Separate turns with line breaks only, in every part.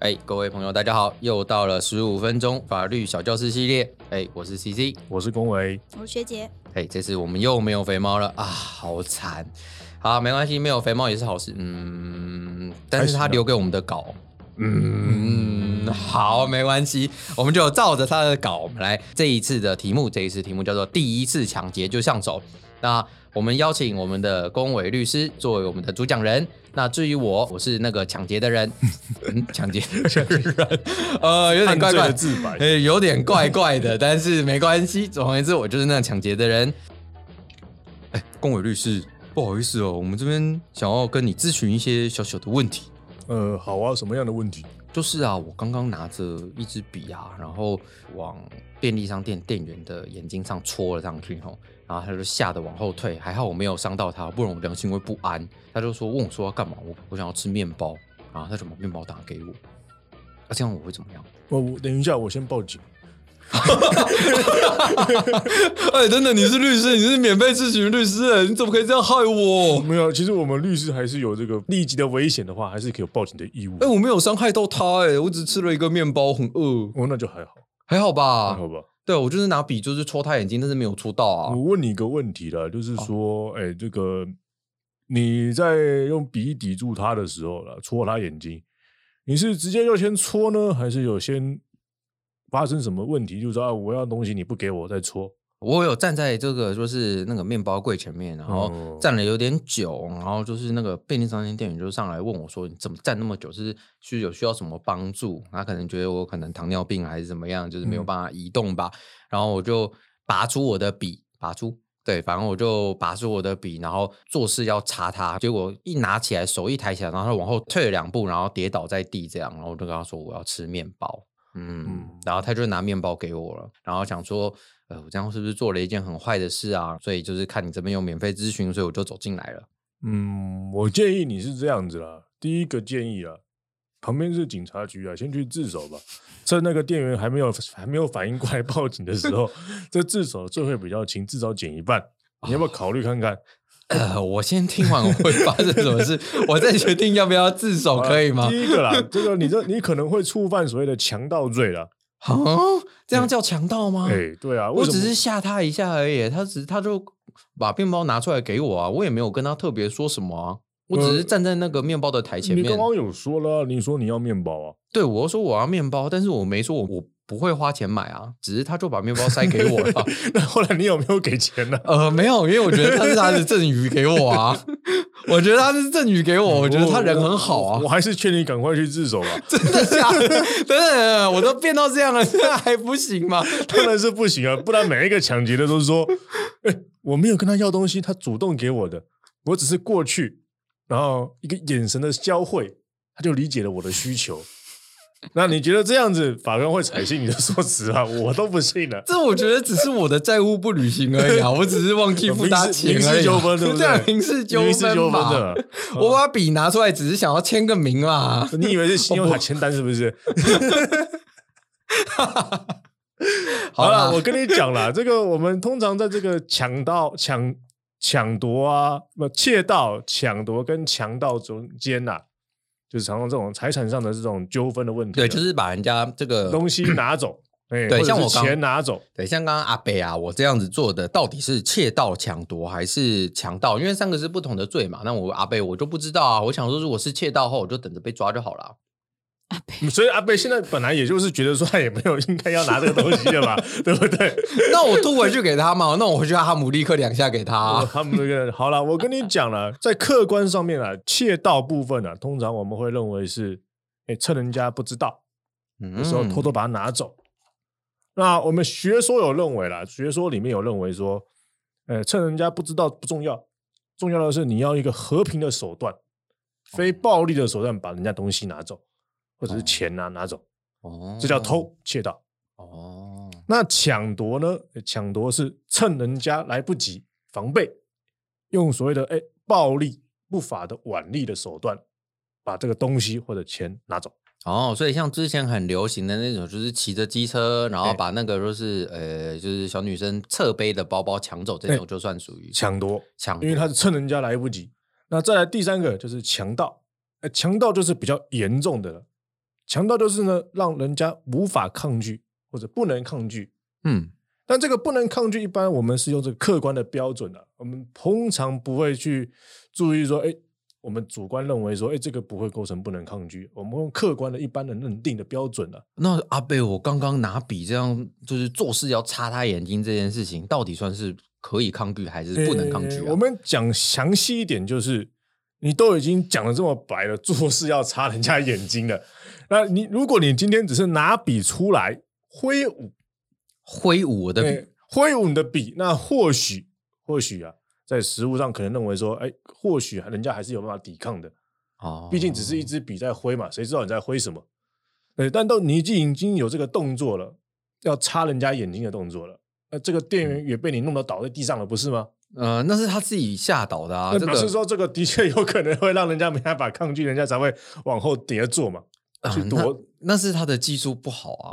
哎，各位朋友，大家好，又到了十五分钟法律小教室系列。哎，我是 CC。
我是龚维，
我是学姐，
哎，这次我们又没有肥猫了啊，好惨。好，没关系，没有肥猫也是好事。嗯，但是
还行
他
啊
留给我们的稿，
嗯
嗯，好，没关系，我们就照着他的稿，我们来这一次的题目，这一次题目叫做“第一次抢劫就上手”。那我们邀请我们的龚伟律师作为我们的主讲人。那至于我，我是那个抢劫的人，嗯、抢劫的人，呃，有点怪怪
犯罪的，自白
呃，有点怪怪的，但是没关系。总而言之，我就是那个抢劫的人。哎，龚伟律师，不好意思哦，我们这边想要跟你咨询一些小小的问题。
呃，好啊，什么样的问题？
就是啊，我刚刚拿着一支笔啊，然后往便利商店店员的眼睛上戳了上去吼，然后他就吓得往后退，还好我没有伤到他，不然我良心会不安。他就说问我说要干嘛，我我想要吃面包，然后他就把面包打给我，那、这样我会怎么样？
我我哦等一下，我先报警。
哎，等等，你是律师，你是免费咨询律师，哎你怎么可以这样害我？
没有，其实我们律师还是有这个立即的危险的话，还是可以有报警的义务。
哎，我没有伤害到他，哎，我只吃了一个面包，很饿，
哦，那就还好，
还好吧？
还好哦吧。
对，我就是拿笔就是戳他眼睛，但是没有戳到啊。
我问你一个问题啦，就是说，哎，这个你在用笔抵住他的时候了，戳他眼睛，你是直接要先戳呢，还是有先发生什么问题？就是说啊，我要东西你不给我再戳，
我有站在这个就是那个面包柜前面，然后
哦
站了有点久，然后就是那个便利商店店员就上来问我说：“你怎么站那么久？是需有需要什么帮助？”他可能觉得我可能糖尿病还是怎么样，就是没有
嗯
办法移动吧。然后我就拔出我的笔，拔出。对，反正我就拔出我的笔，然后做事要插他，结果一拿起来，手一抬起来，然后他往后退了两步，然后跌倒在地，这样，然后我就跟他说我要吃面包，嗯
嗯，
然后他就拿面包给我了，然后想说，呃，我这样是不是做了一件很坏的事啊？所以就是看你这边有免费咨询，所以我就走进来了。
嗯，我建议你是这样子啦。第一个建议啊，旁边是警察局啊，先去自首吧。趁那个店员还没有还没有反应过来报警的时 候，这自首罪会比较轻，至少减一半。
哦
你要不要考虑看看？
呃，我先听完我会发生什么事， 我再决定要不要自 首，哦可以吗
呃？第一 个啦，这个你这你可能会触犯所谓的强盗罪啦。
啊，这样叫强盗吗？
哎、对啊，为
我
什
哦只是
么？
吓他一下而已，他只他就把面包拿出来给我啊，我也没有跟他特别说什么啊，我只是
呃
站在那个面包的台前
你
面，
刚刚有说了，你说你要面包啊？
对我说我要面包，但是我没说我我不会花钱买啊，只是他就把面包塞给我 了。
那后来你有没有给钱呢、
呃，没有，因为我觉得他是他的赠予给我啊，我觉得他是赠予给我，我觉得他人很好啊
我我。还是劝你赶快去自首吧。
真的假的？ 等等，我都变到这样了，现在还不行吗？
当然是不行啊， 不然每一个抢劫的都说，哎、我没有跟他要东西，他主动给我的，我只是过去，然后一个眼神的交汇，他就理解了我的需 求。那你觉得这样子法官会采信你的说辞啊？我都不信了。
这我觉得只是我的债务不履行而已啊，我只是忘记付他钱
民事
而已啊、
民事纠纷对不对
啊民事 纠
民事
纷
纠纷
嘛
的，啊嗯
我把笔拿出来，只是想要签个名嘛。
你以为是信用卡签单是不是？好
啦
了，我跟你 讲啦，这个我们通常在这个抢盗、抢抢夺啊，不窃盗、抢夺跟强盗中间呐、就是常常这种财产上的这种纠纷的问题啊，
对，就是把人家这个
东西拿 走，哎，
对
或者
像
是
我刚
钱拿走，
对，像刚刚阿北啊，我这样子做的到底是窃盗、抢夺还是强盗？因为三个是不同的罪嘛。那我阿北我就不知道啊。我想说，如果是窃盗后，我就等着被抓就好 了。
所以阿贝现在本来也就是觉得说哎他也没有应该要拿这个东西的嘛， 对不对？
那我吐回去给他嘛，那我回去哈姆立克两下给他、啊
我他们这个好了，我跟你讲了，在客观上面啊，窃盗部分啊，通常我们会认为是，哎，趁人家不知道
有
的时候
嗯
偷偷把它拿走。那我们学说有认为啦，学说里面有认为说，呃，趁人家不知道不重要，重要的是你要一个和平的手段，非暴力的手段把人家东西拿走，或者是钱啊拿走，
哦
这叫偷窃盗。
哦。
那抢夺呢？呃抢夺是趁人家来不及防备，用所谓的哎、暴力、不法的腕力的手段，把这个东西或者钱拿走。
哦，所以像之前很流行的那种，就是骑着机车，然后
哎
把那个就是呃，就是小女生侧背的包包抢走，这
哎
种就算属于
抢夺，
抢夺，
因为他是趁人家来不及，那再来第三个就是强盗，呃，强盗就是比较严重的了。强盗就是呢，让人家无法抗拒或者不能抗拒。
嗯，
但这个不能抗拒，一般我们是用这个客观的标准的、我们通常不会去注意说，哎，我们主观认为说，哎，这个不会构成不能抗拒，我们用客观的一般的认定的标准啊的、
那阿贝，我刚刚拿笔这样就是做事要插他眼睛这件事情，到底算是可以抗拒还是不能抗拒啊？
呃我们讲详细一点，就是你都已经讲的这么白了，做事要插人家眼睛了。那你如果你今天只是拿笔出来挥舞，
挥舞我的笔，
对，挥舞你的笔，那或许或许啊，在实物上可能认为说，哎，或许人家还是有办法抵抗的，
哦，
毕竟只是一支笔在挥嘛，谁知道你在挥什么？对，但到你已经已经有这个动作了，要插人家眼睛的动作了，那这个店
嗯
员也被你弄到倒在地上了，不是吗？
呃，那是他自己吓倒的啊。
那
这
表示
个
说这个的确有可能会让人家没办法抗拒，人家才会往后叠坐嘛。
啊
去
那
躲
那是他的技术不好啊。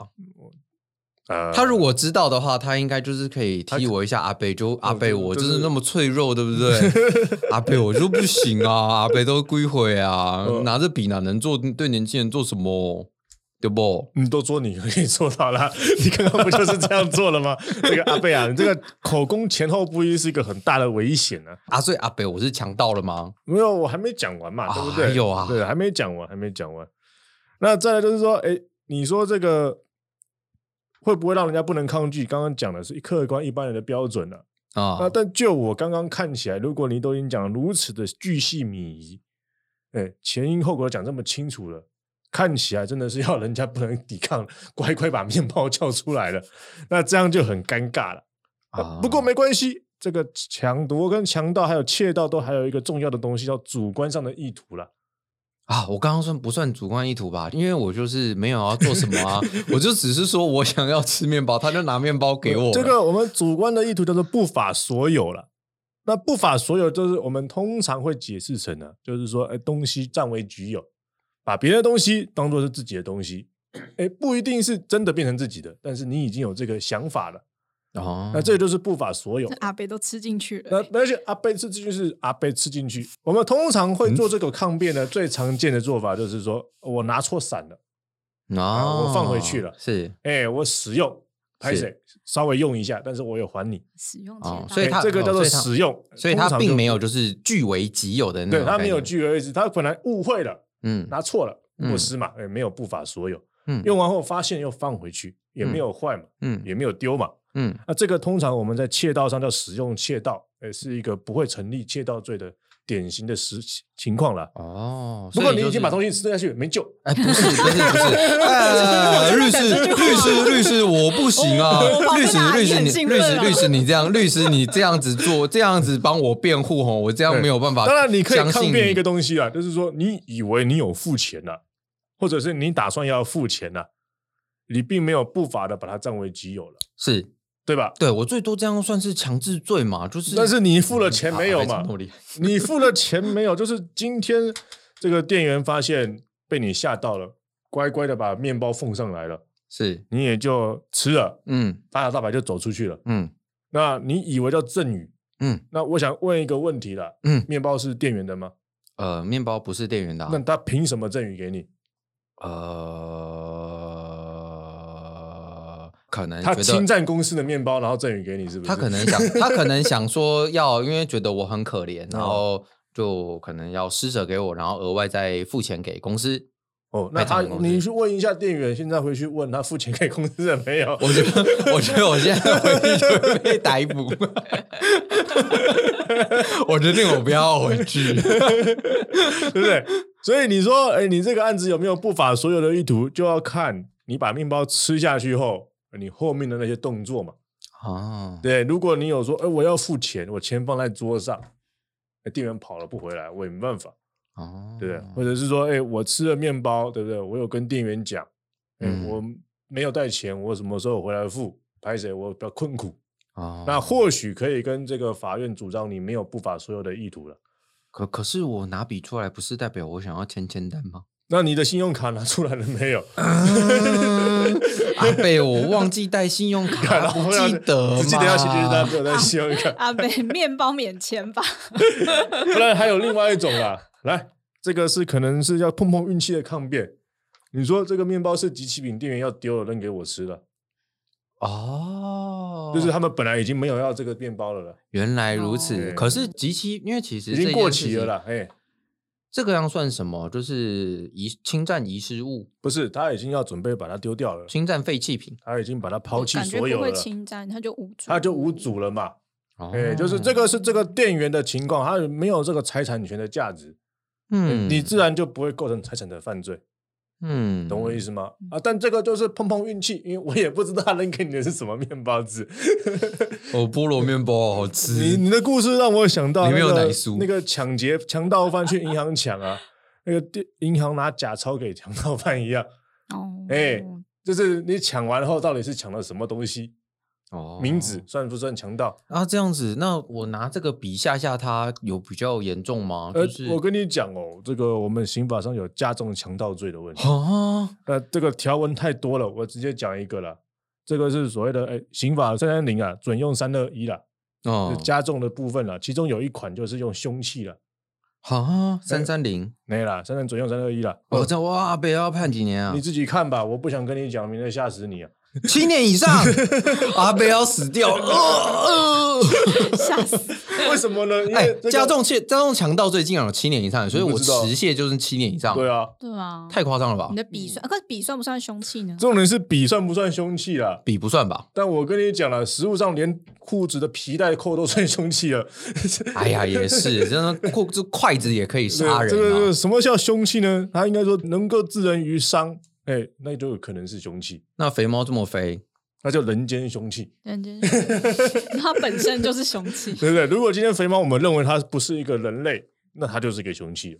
呃，
他如果知道的话，他应该就是可以踢我一下。阿贝就阿贝，
哦对
我
就
就是
是
那么脆弱，对不 对？阿贝我就不行啊， 阿贝都归回啊，
嗯
拿着笔哪能做对年轻人做什么？对不？
你嗯都说你可以做到啦，你刚刚不就是这样做了吗？这个阿贝啊，你这个口供前后不一是一个很大的危险啊。
啊，所以阿贝我是强盗了吗？
没有，我还没讲完嘛，
啊
对不对？
还有啊
对，还没讲完，还没讲完。那再来就是说，哎，你说这个会不会让人家不能抗拒？刚刚讲的是客观一般人的标准了、啊。
啊
啊，，但就我刚刚看起来，如果你都已经讲得如此的巨细靡遗，哎，前因后果讲这么清楚了，看起来真的是要人家不能抵抗，乖乖把面包叫出来了，那这样就很尴尬了。
啊
啊、不过没关系，这个强夺跟强盗还有窃盗都还有一个重要的东西叫主观上的意图了。
啊，我刚刚算不算主观意图吧？因为我就是没有要做什么 啊，我就只是说我想要吃面包，他就拿面包给我了。
呃这个我们主观的意图叫做不法所有了。那不法所有就是我们通常会解释成呢、就是说，哎，东西占为己有，把别人的东西当做是自己的东西，哎，不一定是真的变成自己的，但是你已经有这个想法了，
哦，
那这个就是不法所有
那。阿贝都吃进去了、欸
那而且阿贝吃进去是阿贝吃进去，我们通常会做这个抗辩的最常见的做法就是说，我拿错伞了，
啊，
我放回去了
是
哎，我使用，拍
是
谁稍微用一下，但是我有还你，
使用解
哦
答，，
所以
哎
他
这个叫做
哦所以他
使用，
所以他
通常就
并没有就是据为己有的那
对
种
他
概念，
没有据为己，他本来误会了，
嗯
拿错了，
嗯
过失嘛，也没有不法所有，
嗯
用完后发现又放回去，也没有坏嘛，
嗯
也没有丢嘛。
嗯
那这个通常我们在窃盗上叫使用窃盗，哎，是一个不会成立窃盗罪的典型的实情况了。
哦，
不
所
过
以
你
就
已经把
是
东西吃下去，没救。
哎， 不是，不是，不是，哎，律师，律师，律师，我不行啊
我我！旁
律
边
师，
的阿
律
姨
师，
很
你，
兴
律师，
奋啊
律师，你这样，律师，你这样子做，这样子帮我辩护吼，我这样没有办法。
当然，你可以抗辩一个
东，
东西啊，就是说你以为你有付钱了、或者是你打算要付钱了、你并没有不法的把它占为己有了，
是
对吧？
对我最多这样算是强制罪嘛，就是，
但是你付了钱没有嘛？
啊这么厉害
你付了钱没有？就是今天这个店员发现被你吓到了，乖乖的把面包奉上来了，
是，
你也就吃了，
嗯
大摇大摆就走出去了。
嗯
那你以为叫赠与？
嗯
那我想问一个问题了，
嗯，
面包是店员的吗？
呃，面包不是店员的啊，
那他凭什么赠与给你？
呃，可能
他
觉得
侵占公司的面包，然后赠与给你，是不是？
他可能 想，他可能想说要，因为觉得我很可
嗯
怜，然后就可能要施舍给我，然后额外再付钱给公 司。
哦，那他
卖场的公司
你去问一下店员，现在回去问他付钱给公司了没有？
我觉得，我觉得我现在回去就会被逮 捕。我决定我不要回 去。
对不对？ 所以你说，哎，你这个案子有没有不法所有的意图，就要看你把面包吃下去后，你后面的那些动作嘛。
哦，
对，如果你有说，哎，我要付钱，我钱放在桌上，哎店员跑了不回来，我也没办法，
哦，
对不对？或者是说，哎，我吃了面包，对不对？我有跟店员讲，哎，
嗯
我没有带钱，我什么时候回来付？拍谁？我比较困苦，
哦，
那或许可以跟这个法院主张你没有不法所有的意图了。
可可是我拿笔出来，不是代表我想要签签单吗？
那你的信用卡拿出来了没有？
嗯阿贝，我忘记带信用 卡，
然
不
后
记得嘛，
只记得要写就是他没有带信用 卡。
阿 北面包免签吧，
不然还有另外一种啦，来，这个是可能是要碰碰运气的抗辩。你说这个面包是集齐饼店员要丢了扔给我吃的，
哦，
就是他们本来已经没有要这个面包了啦，
原来如此。
哦
可是集齐，因为其实
已
这
经过
件事
期了
情。
啦。哎，
这个要算什么？就是遗侵占遗失物、
不是，他已经要准备把它丢掉了，
侵占废弃品。
他已经把它抛弃
感觉
所
不
有
会
了，
侵占，他就无主，
他就无主了嘛。
哦
哎，就是这，个是这个店员的情况，他没有这个财产权的价值，
嗯，
你自然就不会构成财产的犯罪，
嗯，
懂我意思吗？啊，但这个就是碰碰运气，因为我也不知道他扔给你的是什么面包纸。
哦，菠萝面包好
你
吃。
你的故事让我想
里
到、那个
面有奶酥
那个抢劫强盗犯去银行 抢啊，那个店银行拿假钞给强盗犯一样，
哦，
哎就是你抢完后到底是抢了什么东西，
哦
名字算不算强盗？
啊，这样子，那我拿这个笔吓吓他，有比较严重吗？
呃
哦就是，
我跟你讲哦，这个我们刑法上有加重强盗罪的问题，
啊，
那这个条文太多了，我直接讲一个啦。这个是所谓的哎，刑法三三零啊，准用三二一啦，就
哦，
加重的部分啦，其中有一款就是用凶器啦，
啊，
哎
三三零，
没啦，三三准用三二一啦。
哦，这样哇，被要判几年啊
你？自己看吧，我不想跟你讲，免得吓死你 啊！
七年以上， 阿贝要死掉了。呃
吓 死，
为什么呢？因
呃哎
为、这个
加重窃加重强盗罪竟然有七年以上，所以
我
我
不知道
持械就是七年以上，
对啊，
对啊，
太夸张了吧
你？的
嗯
笔算，啊可是笔算不算凶器 呢？
重点是笔算不算凶器啦？
比嗯不算 吧？
但我跟你讲了，实物上连裤子的皮带扣都算凶器了。
哎呀，也是，真的，过这筷子也可以 杀
对这个这
人
个
啊。
什么叫凶器呢？它应该说能够致人于伤，哎，那就有可能是凶器，
那肥猫这么肥，
那叫人间凶器，
认真说，他本身就是凶 器，
对不对？如果今天肥猫我们认为它不是一个人类，那它就是一个凶器了，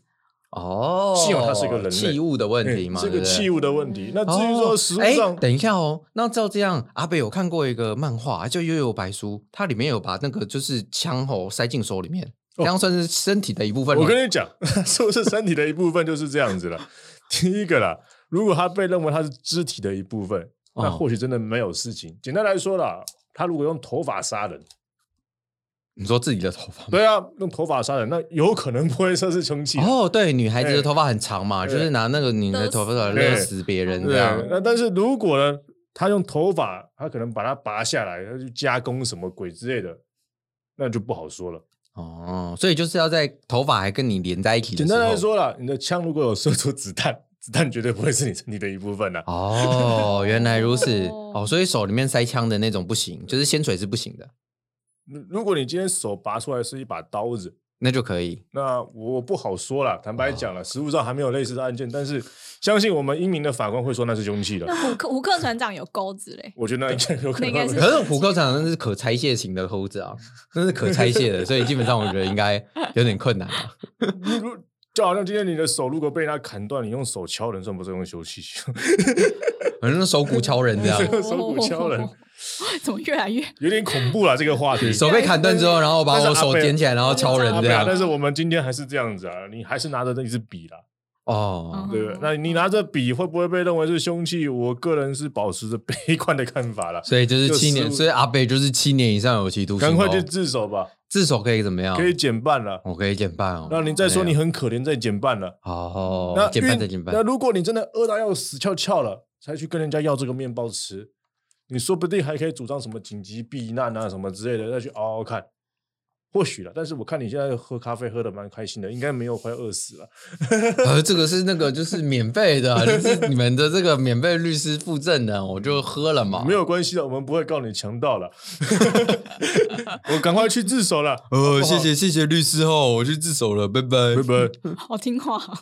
哦，
幸好它是一个人类
器物的问题
哎
嘛，
是
对
个
不对
器物的问题。那至于
哦
说实物
哎
上，
等一下哦，那照这样，阿北有看过一个漫画，啊叫《悠悠白书》，它里面有把那个就是枪吼塞进手里面，这样算是身体的一部分。
哦我跟你讲， 是不是身体的一部分就是这样子了？ 第一个啦，如果他被认为他是肢体的一部分，那
哦
或许真的没有事情。简单来说啦，他如果用头发杀人，
你说自己的头发吗？
对啊，用头发杀人，那有可能不会说是凶器。
哦，对，女孩子
哎
的头发很长嘛，
对
就是拿那个你的头发来
勒
勒
死
死别人这
对啊
样。，
那但是如果呢，他用头发，他可能把它拔下来，他去加工什么鬼之类的，那就不好说了。
哦，所以就是要在头发还跟你连在一起的
简
时候。
单来，说啦，你的枪如果有射出子弹，子弹绝对不会是你身体的一部分啊啦。
哦，原来如此。
哦
哦，所以手里面塞枪的那种不行，就是鲜水是不行的，
如如果你今天手拔出来是一把刀子，
那就可以。
那我不好说了，坦
啊
白讲了，实物上还没有类似的案件，但是相信我们英明的法官会说那是凶 器的
那。虎克虎克船长有钩子嘞，
我觉得那应该有可能
那应该
可是虎口厂那是可拆卸型的钩子啊，那是可拆卸的，所以基本上我觉得应该有点困难啊。
如如就好像今天你的手如果被人家砍断，你用手敲人，算不算用凶器？
反正手骨敲人这样，
用手 骨敲人，
哦怎么越来越
有点恐怖了这个话 题。
手被砍断之后，然后把
但是
我
阿
手
贝
捡起来，然后敲人
啊
这
对啊，
样
但。是我们今天还是这样子啊，你还是拿着那一支笔啦，
哦
嗯，
对不对？那你拿着笔会不会被认为是凶器？我个人是保持着悲 观的看法啦。
所以就是七
就
年，
是
所以阿贝就是七年以上有期徒刑
赶
哦。
快去自首吧，
自首可以怎么样？
可以减半了。
我可以减半哦。
那你再说你很可怜，再减半了。
哦
那，
减半
运
再减
那
半。
如果你真的饿到要死翘翘了，才去跟人家要这个面包吃，你说不定还可以主张什么紧急避难啊什么之类的，再去熬熬看。或许了，但是我看你现在喝咖啡喝的蛮开心的，应该没有快饿死了。
呃，这个是那个就是免费 的，就是你们的这个免费律师附赠的，我就喝了嘛。
没有关系的，我们不会告你强盗了。 我赶快去自首了，
呃，谢谢谢谢律师哦，我去自首了，拜拜
拜拜。
好听话？啊